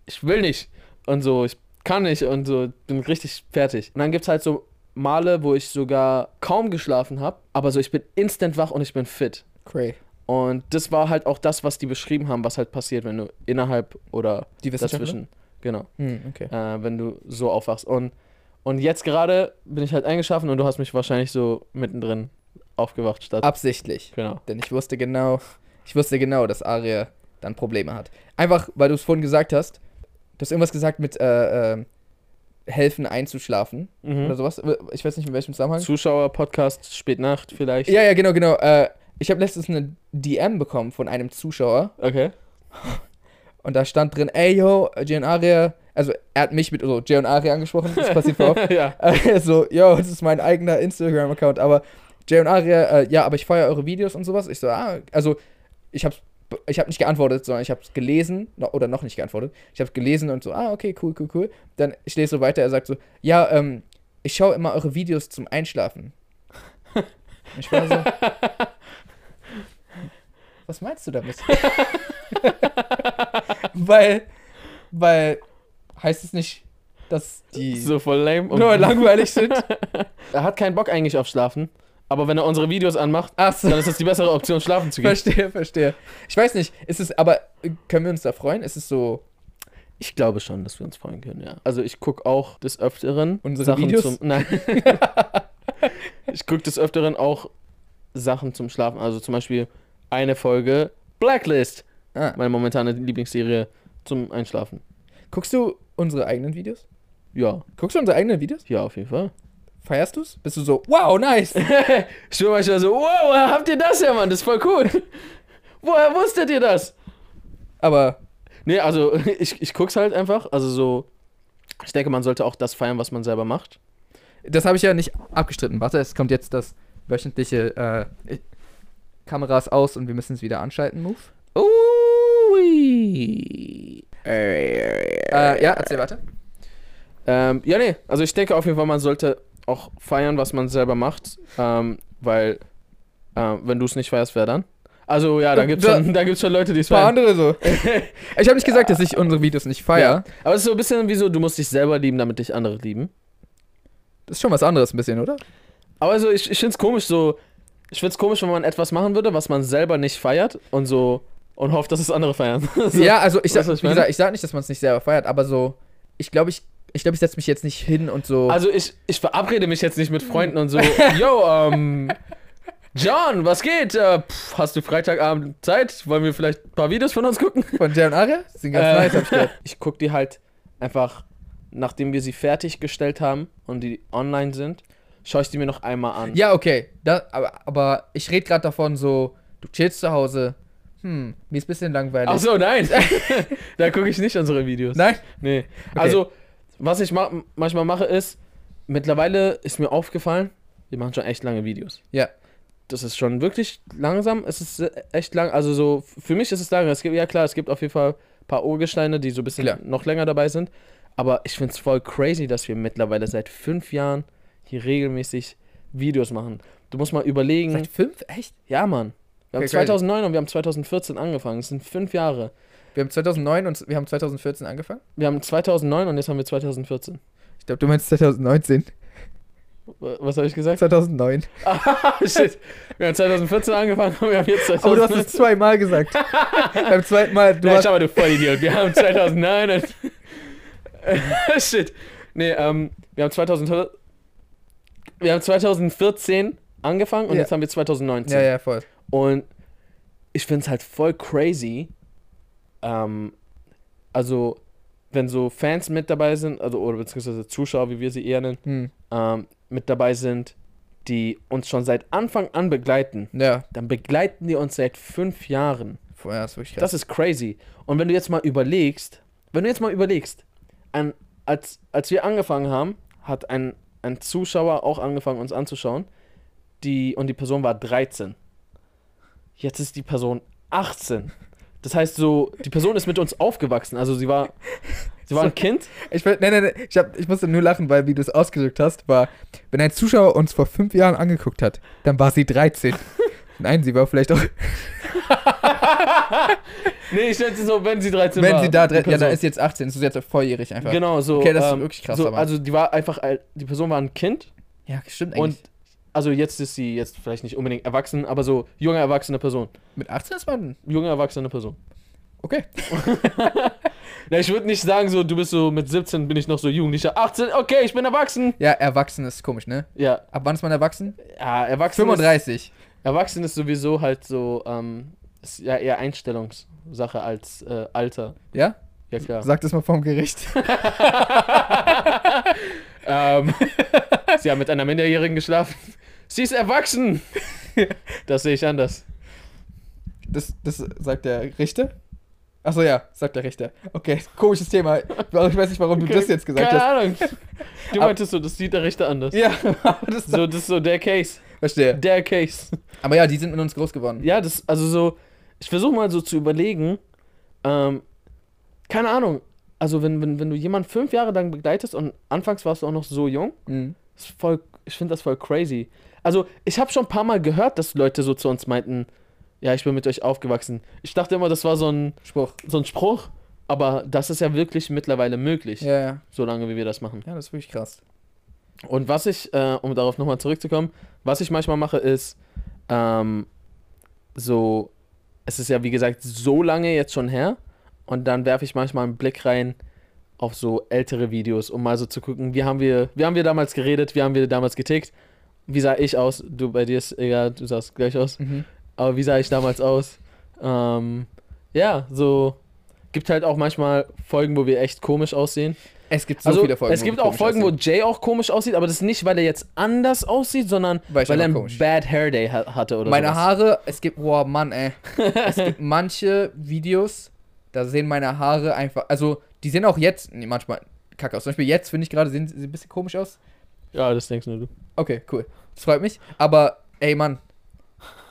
ich will nicht und so, ich kann nicht und so, bin richtig fertig. Und dann gibt es halt so Male, wo ich sogar kaum geschlafen habe, aber so, ich bin instant wach und ich bin fit.
Cray.
Und das war halt auch das, was die beschrieben haben, was halt passiert, wenn du innerhalb oder
Die Wissenschaftler?
dazwischen, genau,
Hm, okay.
äh, wenn du so aufwachst. Und, und jetzt gerade bin ich halt eingeschlafen und du hast mich wahrscheinlich so mittendrin aufgewacht
Ah.
statt.
Absichtlich.
Genau.
Denn ich wusste genau, ich wusste genau, dass Aria dann Probleme hat. Einfach, weil du es vorhin gesagt hast, du hast irgendwas gesagt mit äh, ähm, helfen einzuschlafen oder
Mhm.
sowas. Ich weiß nicht, in welchem Zusammenhang.
Zuschauer, Podcast, Spätnacht vielleicht.
ja, ja, genau, genau. Äh, ich habe letztens eine DM bekommen von einem Zuschauer
Okay.
und da stand drin, ey yo, Jay und Aria, also er hat mich mit, also Jay und Aria angesprochen, das passiert voll oft.
ja.
Äh, so, yo, das ist mein eigener Instagram-Account, aber Jay und Aria, äh, ja, aber ich feiere eure Videos und sowas. Ich so, ah, also ich hab's, ich hab nicht geantwortet, sondern ich hab's gelesen, no, oder noch nicht geantwortet. Ich hab's gelesen und so, ah, okay, cool, cool, cool. Dann, ich lese so weiter, er sagt so, ja, ähm, ich schaue immer eure Videos zum Einschlafen. Ich war so, was meinst du damit? weil, weil, heißt es nicht, dass die
So voll lame. und-
nur langweilig sind?
er hat keinen Bock eigentlich auf Schlafen, aber wenn er unsere Videos anmacht,
Ach so.
dann ist das die bessere Option, schlafen zu gehen.
Verstehe, verstehe. Ich weiß nicht, ist es, aber äh, können wir uns da freuen? Ist es so,
Ich glaube schon, dass wir uns freuen können, ja. Also ich gucke auch des Öfteren
Unsere Videos?
Nein. ich gucke des Öfteren auch Sachen zum Schlafen. Also zum Beispiel eine Folge Blacklist,
ah,
meine momentane Lieblingsserie zum Einschlafen.
guckst du unsere eigenen Videos?
Ja,
Guckst du unsere eigenen Videos?
ja, auf jeden Fall.
Feierst du's? Bist du so, wow, nice.
Ich bin manchmal so, wow, woher habt ihr das ja, Mann? Das ist voll cool. Woher wusstet ihr das?
Aber,
Nee, also ich, ich guck's halt einfach. Also so, ich denke, man sollte auch das feiern, was man selber macht.
das habe ich ja nicht abgestritten. Warte, es kommt jetzt das wöchentliche, äh, ich- Kameras aus und wir müssen es wieder anschalten, Move.
Ui.
Äh, ja, erzähl weiter.
Ähm, ja, nee, also ich denke auf jeden Fall, man sollte auch feiern, was man selber macht. Ähm, weil, ähm, wenn du es nicht feierst, wer dann? Also ja, da gibt's
Äh, Da-
schon, da gibt's schon Leute, die es
Ein paar
feiern.
andere so. Ich habe nicht gesagt, dass ich unsere Videos nicht feier.
Ja. Aber es ist so ein bisschen wie so, du musst dich selber lieben, damit dich andere lieben.
Das ist schon was anderes ein bisschen, oder?
Aber also ich, ich find's komisch so, ich find's komisch, wenn man etwas machen würde, was man selber nicht feiert und so und hofft, dass es andere feiern. So.
ja, also ich sag,
weißt du, was ich
wie
meine?
gesagt, ich sag nicht, dass man es nicht selber feiert, aber so, ich glaube, ich, ich glaube, ich setze mich jetzt nicht hin und so.
Also ich, ich verabrede mich jetzt nicht mit Freunden und so, yo, ähm, John, was geht? Äh, pff, hast du Freitagabend Zeit? Wollen wir vielleicht ein paar Videos von uns gucken?
von Jay und Aria? Das sind ganz
Äh,
nice, hab ich gehört.
ich gucke die halt einfach, nachdem wir sie fertiggestellt haben und die online sind, schaue ich die mir noch einmal an.
Ja, okay. Da, aber, aber ich rede gerade davon so, du chillst zu Hause. Hm, mir ist ein bisschen langweilig.
Ach so, nein. da gucke ich nicht unsere Videos.
Nein?
Nee. Also, was ich ma manchmal mache, ist, mittlerweile ist mir aufgefallen, wir machen schon echt lange Videos.
Ja.
Das ist schon wirklich langsam. Es ist äh, echt lang. Also, so f- für mich ist es lang. Es gibt, ja, klar, es gibt auf jeden Fall ein paar Urgesteine, die so ein bisschen
Klar.
noch länger dabei sind. Aber ich finde es voll crazy, dass wir mittlerweile seit fünf Jahren hier regelmäßig Videos machen. Du musst mal überlegen.
Seit fünf? Echt?
ja, Mann. Wir haben
Okay, crazy.
2009 und wir haben 2014 angefangen. Das sind fünf Jahre.
Wir haben 2009 und wir haben 2014 angefangen?
Wir haben 2009 und jetzt haben wir 2014.
Ich glaube, du meinst 2019.
Wa- Was habe ich gesagt?
2009.
Ah, Shit. Wir haben 2014 angefangen und wir haben jetzt 2014.
Aber du hast es zweimal gesagt. Beim zweiten Mal, du
Nein,
hast...
schau mal, du Vollidiot. Wir haben 2009 und... Shit. Nee, ähm, wir haben 2000... Wir haben 2014 angefangen und
Ja.
jetzt haben wir 2019.
Ja, ja, voll.
Und ich finde es halt voll crazy, ähm, also wenn so Fans mit dabei sind, also oder beziehungsweise Zuschauer, wie wir sie eher nennen,
Hm.
ähm, mit dabei sind, die uns schon seit Anfang an begleiten,
Ja,
dann begleiten die uns seit fünf Jahren.
vorher ist wirklich krass.
Das ist crazy. Und wenn du jetzt mal überlegst, wenn du jetzt mal überlegst, an, als, als wir angefangen haben, hat ein, ein Zuschauer auch angefangen, uns anzuschauen, die, und die Person war 13. Jetzt ist die Person 18. Das heißt so, die Person ist mit uns aufgewachsen. Also sie war, sie war ein Kind.
Ich, will- nee, nee, nee, ich, hab, ich musste nur lachen, weil wie du es ausgedrückt hast, war, wenn ein Zuschauer uns vor fünf Jahren angeguckt hat, dann war sie 13. Nein, sie war vielleicht auch,
Nee, ich schätze so, wenn sie 13 war.
wenn sie da
die
13, ja, da
Person.
ist sie jetzt 18, ist sie jetzt volljährig einfach.
Genau, so.
Okay, das ist wirklich krass,
So,
aber-
also die war einfach, ein- die Person war ein Kind
Ja, stimmt
und
eigentlich.
also jetzt ist sie jetzt vielleicht nicht unbedingt erwachsen, aber so junge erwachsene Person.
mit 18 ist man,
junge erwachsene Person.
okay.
Na, ich würde nicht sagen, so du bist so mit 17 bin ich noch so jugendlicher. 18, okay, ich bin erwachsen.
Ja, erwachsen ist komisch, ne?
Ja,
Ab wann ist man erwachsen?
ja erwachsen.
35.
Ist, erwachsen ist sowieso halt so, ähm, ist ja eher Einstellungssache als äh, Alter.
Ja?
Ja klar.
Sag das mal vorm Gericht.
ähm, sie haben mit einer Minderjährigen geschlafen. Sie ist erwachsen. Das sehe ich anders.
Das, das sagt der Richter? Achso, ja, sagt der Richter. Okay, komisches Thema. Ich weiß nicht, warum du das jetzt gesagt
Keine
hast.
Ahnung. Du
Ab-
meintest so, das sieht der Richter anders.
Ja, aber das
So, das ist so der Case.
verstehe.
Der Case.
Aber ja, die sind mit uns groß geworden.
Ja, das, also so, ich versuche mal so zu überlegen, ähm, keine Ahnung, also wenn, wenn, wenn du jemanden fünf Jahre lang begleitest und anfangs warst du auch noch so jung,
Mhm.
ist voll, ich finde das voll crazy. Also ich habe schon ein paar Mal gehört, dass Leute so zu uns meinten, ja, ich bin mit euch aufgewachsen. Ich dachte immer, das war so ein,
Spruch.
so ein Spruch, aber das ist ja wirklich mittlerweile möglich,
Ja, ja.
solange wie wir das machen.
Ja, das ist wirklich krass.
Und was ich, äh, um darauf nochmal zurückzukommen, was ich manchmal mache, ist, ähm, so, es ist ja wie gesagt so lange jetzt schon her und dann werfe ich manchmal einen Blick rein auf so ältere Videos, um mal so zu gucken, wie haben wir, wie haben wir damals geredet, wie haben wir damals getickt, wie sah ich aus, du bei dir ist egal, du sahst gleich aus,
Mhm.
aber wie sah ich damals aus? Ähm, ja, so, gibt halt auch manchmal Folgen, wo wir echt komisch aussehen
Also, Es gibt so viele Folgen.
Also, es
wo
gibt
die
auch
komisch
Folgen,
aussehen.
wo Jay auch komisch aussieht, aber das ist nicht, weil er jetzt anders aussieht, sondern
Weil
weil,
ich einfach
er einen
komisch.
Bad Hair Day ha hatte oder
Meine
sowas.
Haare, es gibt, boah, Mann, ey. es gibt manche Videos, da sehen meine Haare einfach, also, die sehen auch jetzt, nee, manchmal kacke aus. Zum Beispiel jetzt, finde ich gerade, sehen sie ein bisschen komisch aus.
Ja, das denkst nur du.
Okay, cool. Das freut mich. Aber, ey, Mann.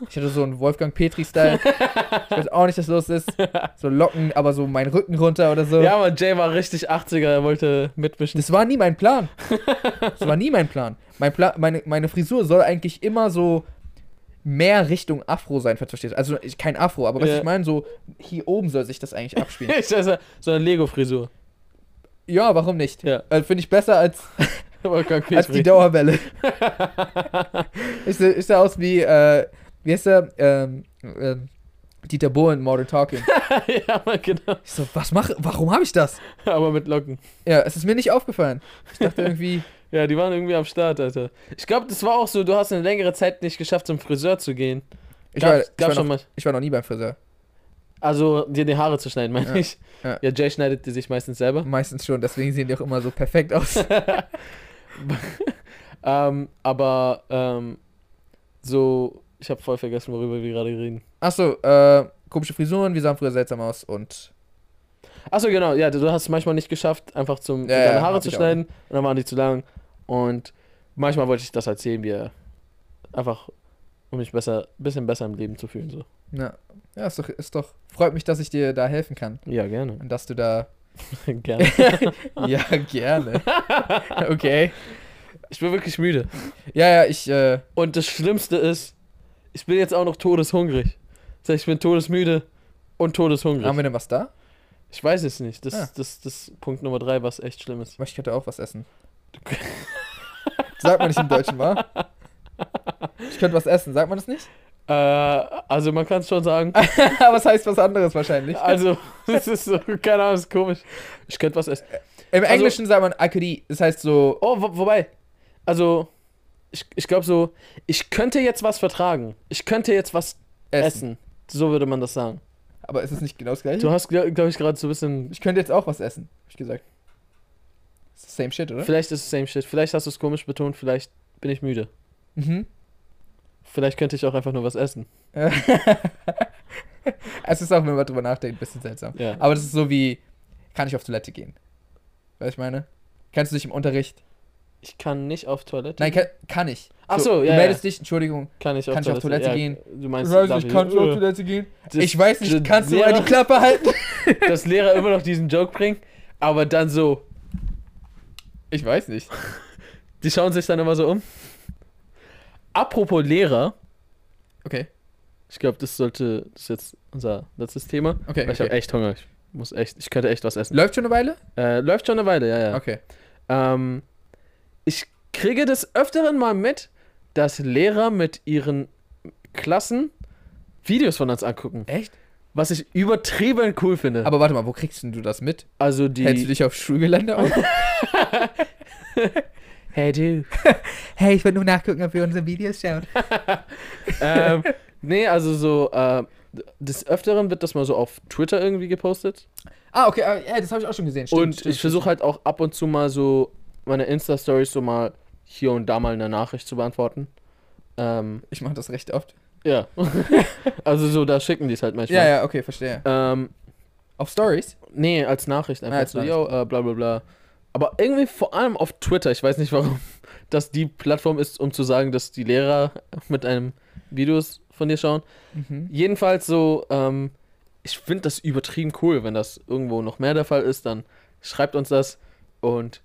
Ich hatte so einen Wolfgang Petri-Style. ich weiß auch nicht, was los ist. So Locken, aber so mein Rücken runter oder so.
Ja, aber Jay war richtig 80er, er wollte mitmischen.
Das war nie mein Plan. Das war nie mein Plan. Mein Pla meine, meine Frisur soll eigentlich immer so mehr Richtung Afro sein, falls du verstehst. Also ich, kein Afro, aber was
Ja.
ich meine, so hier oben soll sich das eigentlich abspielen.
Ich weiß ja, so eine Lego-Frisur.
ja, warum nicht?
Ja.
Äh, Finde ich besser als,
Wolfgang
als die
Petri.
Dauerwelle. ich, seh- ich sah aus wie, äh, wie heißt der? Ähm, ähm, Dieter Bohlen, Modern Talking.
ja, Mann, genau.
Ich so, was mache, warum habe ich das?
Aber mit Locken.
Ja, es ist mir nicht aufgefallen. Ich dachte irgendwie,
Ja, die waren irgendwie am Start, Alter. Ich glaube, das war auch so, du hast eine längere Zeit nicht geschafft, zum Friseur zu gehen.
ich,
Gab-
war, ich,
gab
war
schon
noch,
mal.
ich war noch nie beim Friseur.
Also, dir die Haare zu schneiden, meine
Ja,
ich.
ja.
Ja, Jay schneidet die sich meistens selber.
Meistens schon, deswegen sehen die auch immer so perfekt aus.
Ähm, aber, ähm, so, ich habe voll vergessen, worüber wir gerade reden.
Achso, äh, komische Frisuren, wir sahen früher seltsam aus und
Achso, genau, ja, du du hast es manchmal nicht geschafft, einfach zum,
Ja,
deine
ja,
Haare
hab
zu
ich auch.
schneiden. Und dann waren die zu lang. Und manchmal wollte ich das erzählen, mir einfach, um mich besser, bisschen besser im Leben zu fühlen, so.
ja, ja ist, doch, ist doch, freut mich, dass ich dir da helfen kann
Ja, gerne.
und dass du da,
gerne.
ja, gerne. Okay.
Ich bin wirklich müde.
Ja, ja, ich, äh,
Und das Schlimmste ist, ich bin jetzt auch noch todeshungrig. Das heißt, ich bin todesmüde und todeshungrig.
haben wir denn was da?
Ich weiß es nicht. Das,
Ah.
das, das Punkt Nummer drei, was echt schlimm ist.
Aber ich könnte auch was essen. Sagt man nicht im Deutschen, wa? Ich könnte was essen, sagt man das nicht?
Äh, also man kann es schon sagen.
Aber es heißt was anderes wahrscheinlich.
Also, das ist so, keine Ahnung, ist komisch. Ich könnte was essen.
Im
also-
Englischen sagt man I could eat, das heißt so,
Oh, wo, wobei. Also, ich, ich glaube so, ich könnte jetzt was vertragen. Ich könnte jetzt was
essen.
essen. So würde man das sagen.
Aber ist es nicht genau das gleiche?
Du hast, glaube glaub ich, gerade so ein bisschen
Ich könnte jetzt auch was essen, hab ich gesagt. Same shit, oder?
Vielleicht ist es same shit. Vielleicht hast du es komisch betont. Vielleicht bin ich müde.
Mhm.
Vielleicht könnte ich auch einfach nur was essen.
Äh, es ist auch, wenn man drüber nachdenkt, ein bisschen seltsam.
Ja.
Aber das ist so wie, kann ich auf Toilette gehen? Weißt du, ich meine? Kannst du dich im Unterricht?
Ich kann nicht auf Toilette.
Nein, kann, kann ich.
Ach so, ja,
Du
ja.
meldest dich, Entschuldigung.
kann ich auf
kann ich auf Toilette
gehen? Du meinst, darf Äh,
Toilette gehen?
Das-
ich weiß nicht,
das
kannst du mal
Lehrer-
die Klappe halten?
dass Lehrer immer noch diesen Joke bringen, aber dann so,
Ich weiß nicht.
die schauen sich dann immer so um. Apropos Lehrer,
Okay,
ich glaube, das sollte das ist jetzt unser letztes Thema.
okay.
Weil Ich habe
okay.
echt Hunger. Ich muss echt, ich könnte echt was essen.
Läuft schon eine Weile?
äh, läuft schon eine Weile, ja, ja.
Okay.
Ähm, ich kriege des Öfteren mal mit, dass Lehrer mit ihren Klassen Videos von uns angucken.
Echt?
Was ich übertrieben cool finde.
Aber warte mal, wo kriegst denn du das mit?
also die.
Hältst du dich auf Schulgelände auf?
Hey du.
hey, ich wollte nur nachgucken, ob wir unsere Videos schauen.
ähm, nee, also so. Äh, des Öfteren wird das mal so auf Twitter irgendwie gepostet.
Ah, okay, ah, ja, das habe ich auch schon gesehen. Stimmt,
und
stimmt,
ich versuche halt auch ab und zu mal so meine Insta-Stories so mal hier und da mal eine Nachricht zu beantworten. Ähm,
stimmt. Ich mache das recht oft.
ja. also so, da schicken die es halt manchmal.
Ja, ja, okay, verstehe.
Ähm,
Auf Stories?
Nee, als Nachricht einfach
Ah, als
so,
Nachricht.
yo, äh, bla bla bla. Aber irgendwie vor allem auf Twitter, ich weiß nicht warum, dass die Plattform ist, um zu sagen, dass die Lehrer mit einem Videos von dir schauen.
Mhm.
Jedenfalls so, ähm, ich finde das übertrieben cool, wenn das irgendwo noch mehr der Fall ist, dann schreibt uns das und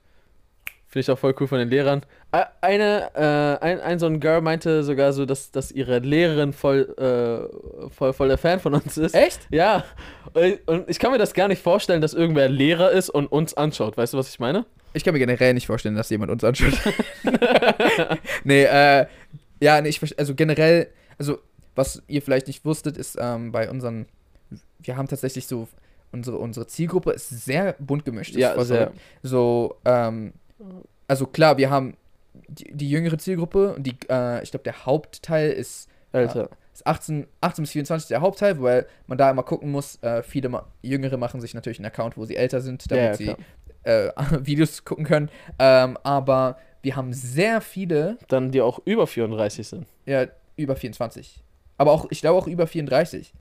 finde ich auch voll cool von den Lehrern. Ä- Eine, äh, ein, ein so ein Girl meinte sogar so, dass, dass ihre Lehrerin voll, äh, voll, voll der Fan von uns ist.
Echt?
Ja, und ich kann mir das gar nicht vorstellen, dass irgendwer Lehrer ist und uns anschaut. Weißt du, was ich meine?
Ich kann mir generell nicht vorstellen, dass jemand uns anschaut. nee, äh, ja, nee, ich verstehe, also generell, also was ihr vielleicht nicht wusstet, ist ähm, bei unseren, wir haben tatsächlich so, unsere, unsere Zielgruppe ist sehr bunt gemischt. Das ist voll verrückt. so, ähm, also klar, wir haben die, die jüngere Zielgruppe und die, äh, ich glaube, der Hauptteil ist
Alter.
ist 18, 18 bis 24 der Hauptteil, weil man da immer gucken muss, äh, viele ma Jüngere machen sich natürlich einen Account, wo sie älter sind,
Ja,
damit
ja, klar.
sie äh, Videos gucken können. Ähm, aber wir haben sehr viele,
Dann die auch über 34 sind.
ja, über 24. Aber auch, ich glaube auch über 34.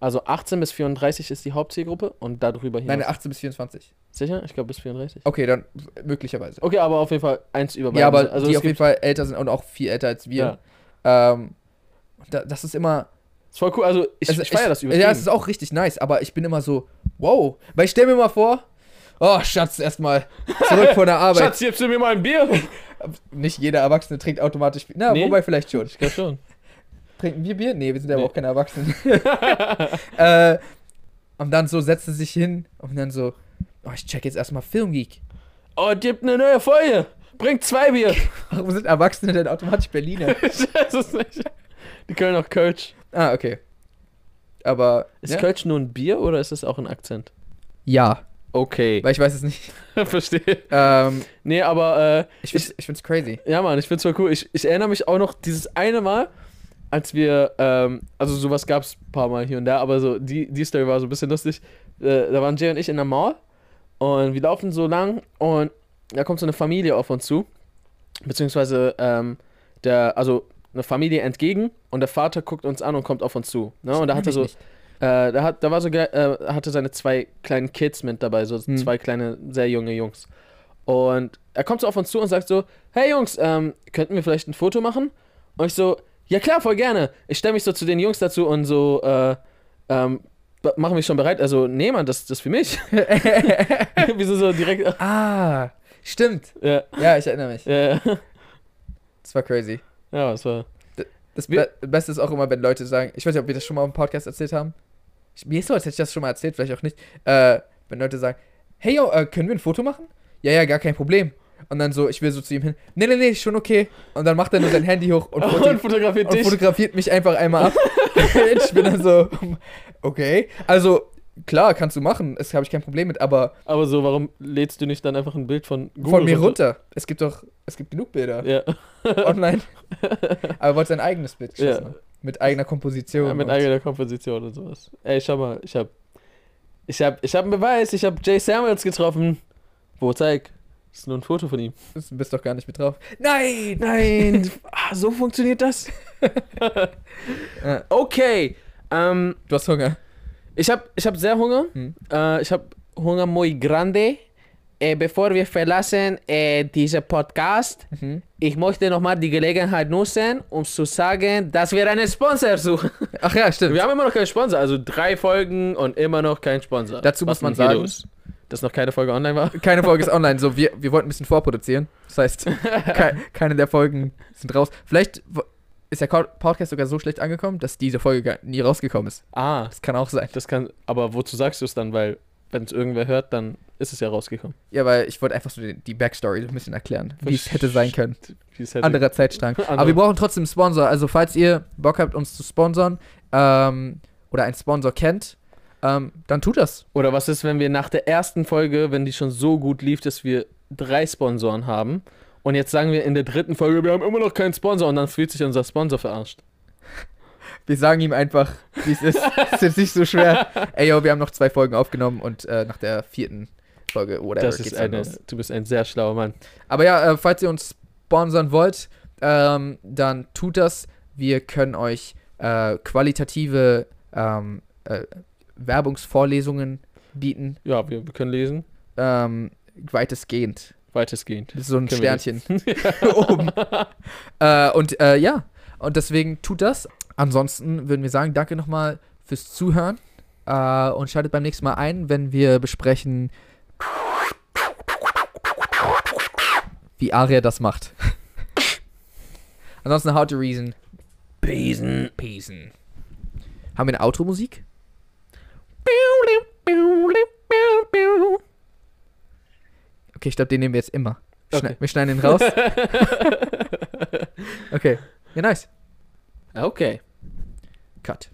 Also 18 bis 34 ist die Hauptzielgruppe und darüber hinaus.
Nein, 18 bis 24.
Sicher? Ich glaube bis 34.
Okay, dann möglicherweise.
Okay, aber auf jeden Fall eins über
ja, aber
beiden. also
die
es
auf jeden
gibt,
Fall älter sind und auch viel älter als wir. Ähm, da, das ist immer.
Ist voll cool. Also ich,
Also
ich feiere das übertrieben.
Ja, es ist auch richtig nice, aber ich bin immer so, wow. Weil ich stell mir mal vor, oh, Schatz, erstmal zurück von der Arbeit.
Schatz, gibst du mir mal ein Bier?
Nicht jeder Erwachsene trinkt automatisch Bier. Na,
Nee.
wobei vielleicht schon.
ich glaube schon.
Trinken wir Bier? Nee, wir sind aber
Nee.
auch keine Erwachsenen. äh, und dann so setzt er sich hin und dann so, oh, ich check jetzt erstmal Filmgeek.
Oh, gibt eine neue Folge. Bringt zwei Bier.
Warum sind Erwachsene denn automatisch Berliner?
ich weiß es nicht. Die können auch Coach.
ah, okay. aber.
Ist
ja?
Kölsch nur ein Bier oder ist das auch ein Akzent?
ja,
Okay.
weil ich weiß es nicht.
Verstehe.
Ähm,
Nee, aber äh,
ich, find's, ich find's crazy.
ja, Mann, ich find's voll cool. Ich, ich erinnere mich auch noch dieses eine Mal, als wir, ähm, also sowas gab's ein paar Mal hier und da, aber so die, die Story war so ein bisschen lustig. Äh, da waren Jay und ich in der Mall und wir laufen so lang und da kommt so eine Familie auf uns zu, beziehungsweise ähm, der, also eine Familie entgegen und der Vater guckt uns an und kommt auf uns zu. Ne? Und da hat er so, Äh, da, hat, da war sogar, äh, hatte seine zwei kleinen Kids mit dabei, so
Hm.
zwei kleine, sehr junge Jungs. Und er kommt so auf uns zu und sagt so, hey Jungs, ähm, könnten wir vielleicht ein Foto machen? Und ich so, ja klar, voll gerne. Ich stelle mich so zu den Jungs dazu und so, äh, ähm, be- machen mich schon bereit. Also, nee, Mann, das, das ist für mich. Wieso so direkt,
Ah, stimmt.
ja,
Ja, ich erinnere mich.
ja, ja,
Das war crazy.
ja, das war,
Das
Wir-
Be Beste ist auch immer, wenn Leute sagen, ich weiß nicht, ob wir das schon mal im Podcast erzählt haben. Ich, mir ist so, als hätte ich das schon mal erzählt, vielleicht auch nicht. Äh, wenn Leute sagen, hey, yo, äh, können wir ein Foto machen? Ja, ja, gar kein Problem. Und dann so, ich will so zu ihm hin, nee, nee, nee, schon okay. Und dann macht er nur sein Handy hoch und,
und,
foto
fotografiert
und
dich.
fotografiert mich einfach einmal ab. ich bin dann so, okay. Also, klar, kannst du machen, das habe ich kein Problem mit, aber
Aber so, warum lädst du nicht dann einfach ein Bild von Google
von mir runter. Es gibt doch, es gibt genug Bilder
Ja,
online. aber er wollte sein eigenes Bild
Ja.
geschossen. haben. Mit eigener Komposition.
ja mit
und-
eigener Komposition und sowas. Ey, schau mal, ich hab, ich hab, ich hab einen Beweis, ich hab Jay Samuels getroffen. Wo, zeig. Das ist nur ein Foto von ihm.
Du bist doch gar nicht mit drauf. Nein!
Nein, ah, so funktioniert das.
Ja.
Äh, okay, ähm,
Du hast Hunger.
ich hab, ich hab sehr Hunger.
Hm.
Äh, ich hab Hunger muy grande. Äh, bevor wir verlassen äh, diesen Podcast,
Mhm.
ich möchte nochmal die Gelegenheit nutzen, um zu sagen, dass wir einen Sponsor suchen.
Ach ja, stimmt.
Wir haben immer noch keinen Sponsor, also drei Folgen und immer noch keinen Sponsor.
Dazu muss
Was
man
ist denn hier
sagen-
los? dass noch keine Folge online war.
Keine Folge ist online. So, wir, wir wollten ein bisschen vorproduzieren. Das heißt, kei keine der Folgen sind raus. Vielleicht wo- ist der Co- Podcast sogar so schlecht angekommen, dass diese Folge gar nie rausgekommen ist.
Ah,
Das kann auch sein.
das kann. Aber wozu sagst du es dann? Weil wenn es irgendwer hört, dann ist es ja rausgekommen.
Ja, weil ich wollte einfach so die, die Backstory so ein bisschen erklären, wie es hätte sein können.
Wie es hätte-
Anderer Zeitstrang. Aber
Andere-
wir brauchen trotzdem einen Sponsor. Also, falls ihr Bock habt, uns zu sponsern ähm, oder einen Sponsor kennt, ähm, dann tut das.
Oder was ist, wenn wir nach der ersten Folge, wenn die schon so gut lief, dass wir drei Sponsoren haben? Und jetzt sagen wir in der dritten Folge, wir haben immer noch keinen Sponsor und dann fühlt sich unser Sponsor verarscht.
Wir sagen ihm einfach, wie es ist. ist jetzt nicht so schwer. Ey, yo, wir haben noch zwei Folgen aufgenommen und äh, nach der vierten Folge, whatever,
das ist
dann
eine,
los.
du bist ein sehr schlauer Mann.
Aber ja, äh, falls ihr uns sponsern wollt, ähm, dann tut das. Wir können euch äh, qualitative ähm, äh, Werbungsvorlesungen bieten,
Ja, wir, wir können lesen.
ähm, weitestgehend.
Weitestgehend.
Das ist so ein
Können wir
Sternchen oben. Äh, und äh, ja, und deswegen tut das. Ansonsten würden wir sagen, danke nochmal fürs Zuhören äh, und schaltet beim nächsten Mal ein, wenn wir besprechen, wie Aria das macht. Ansonsten How to Reason.
Besen.
Peace. Haben wir eine Outro-Musik? Okay, ich glaube, den nehmen wir jetzt immer. Wir
Okay.
schneiden- Wir schneiden den raus. Okay. Ja, nice.
okay.
Cut.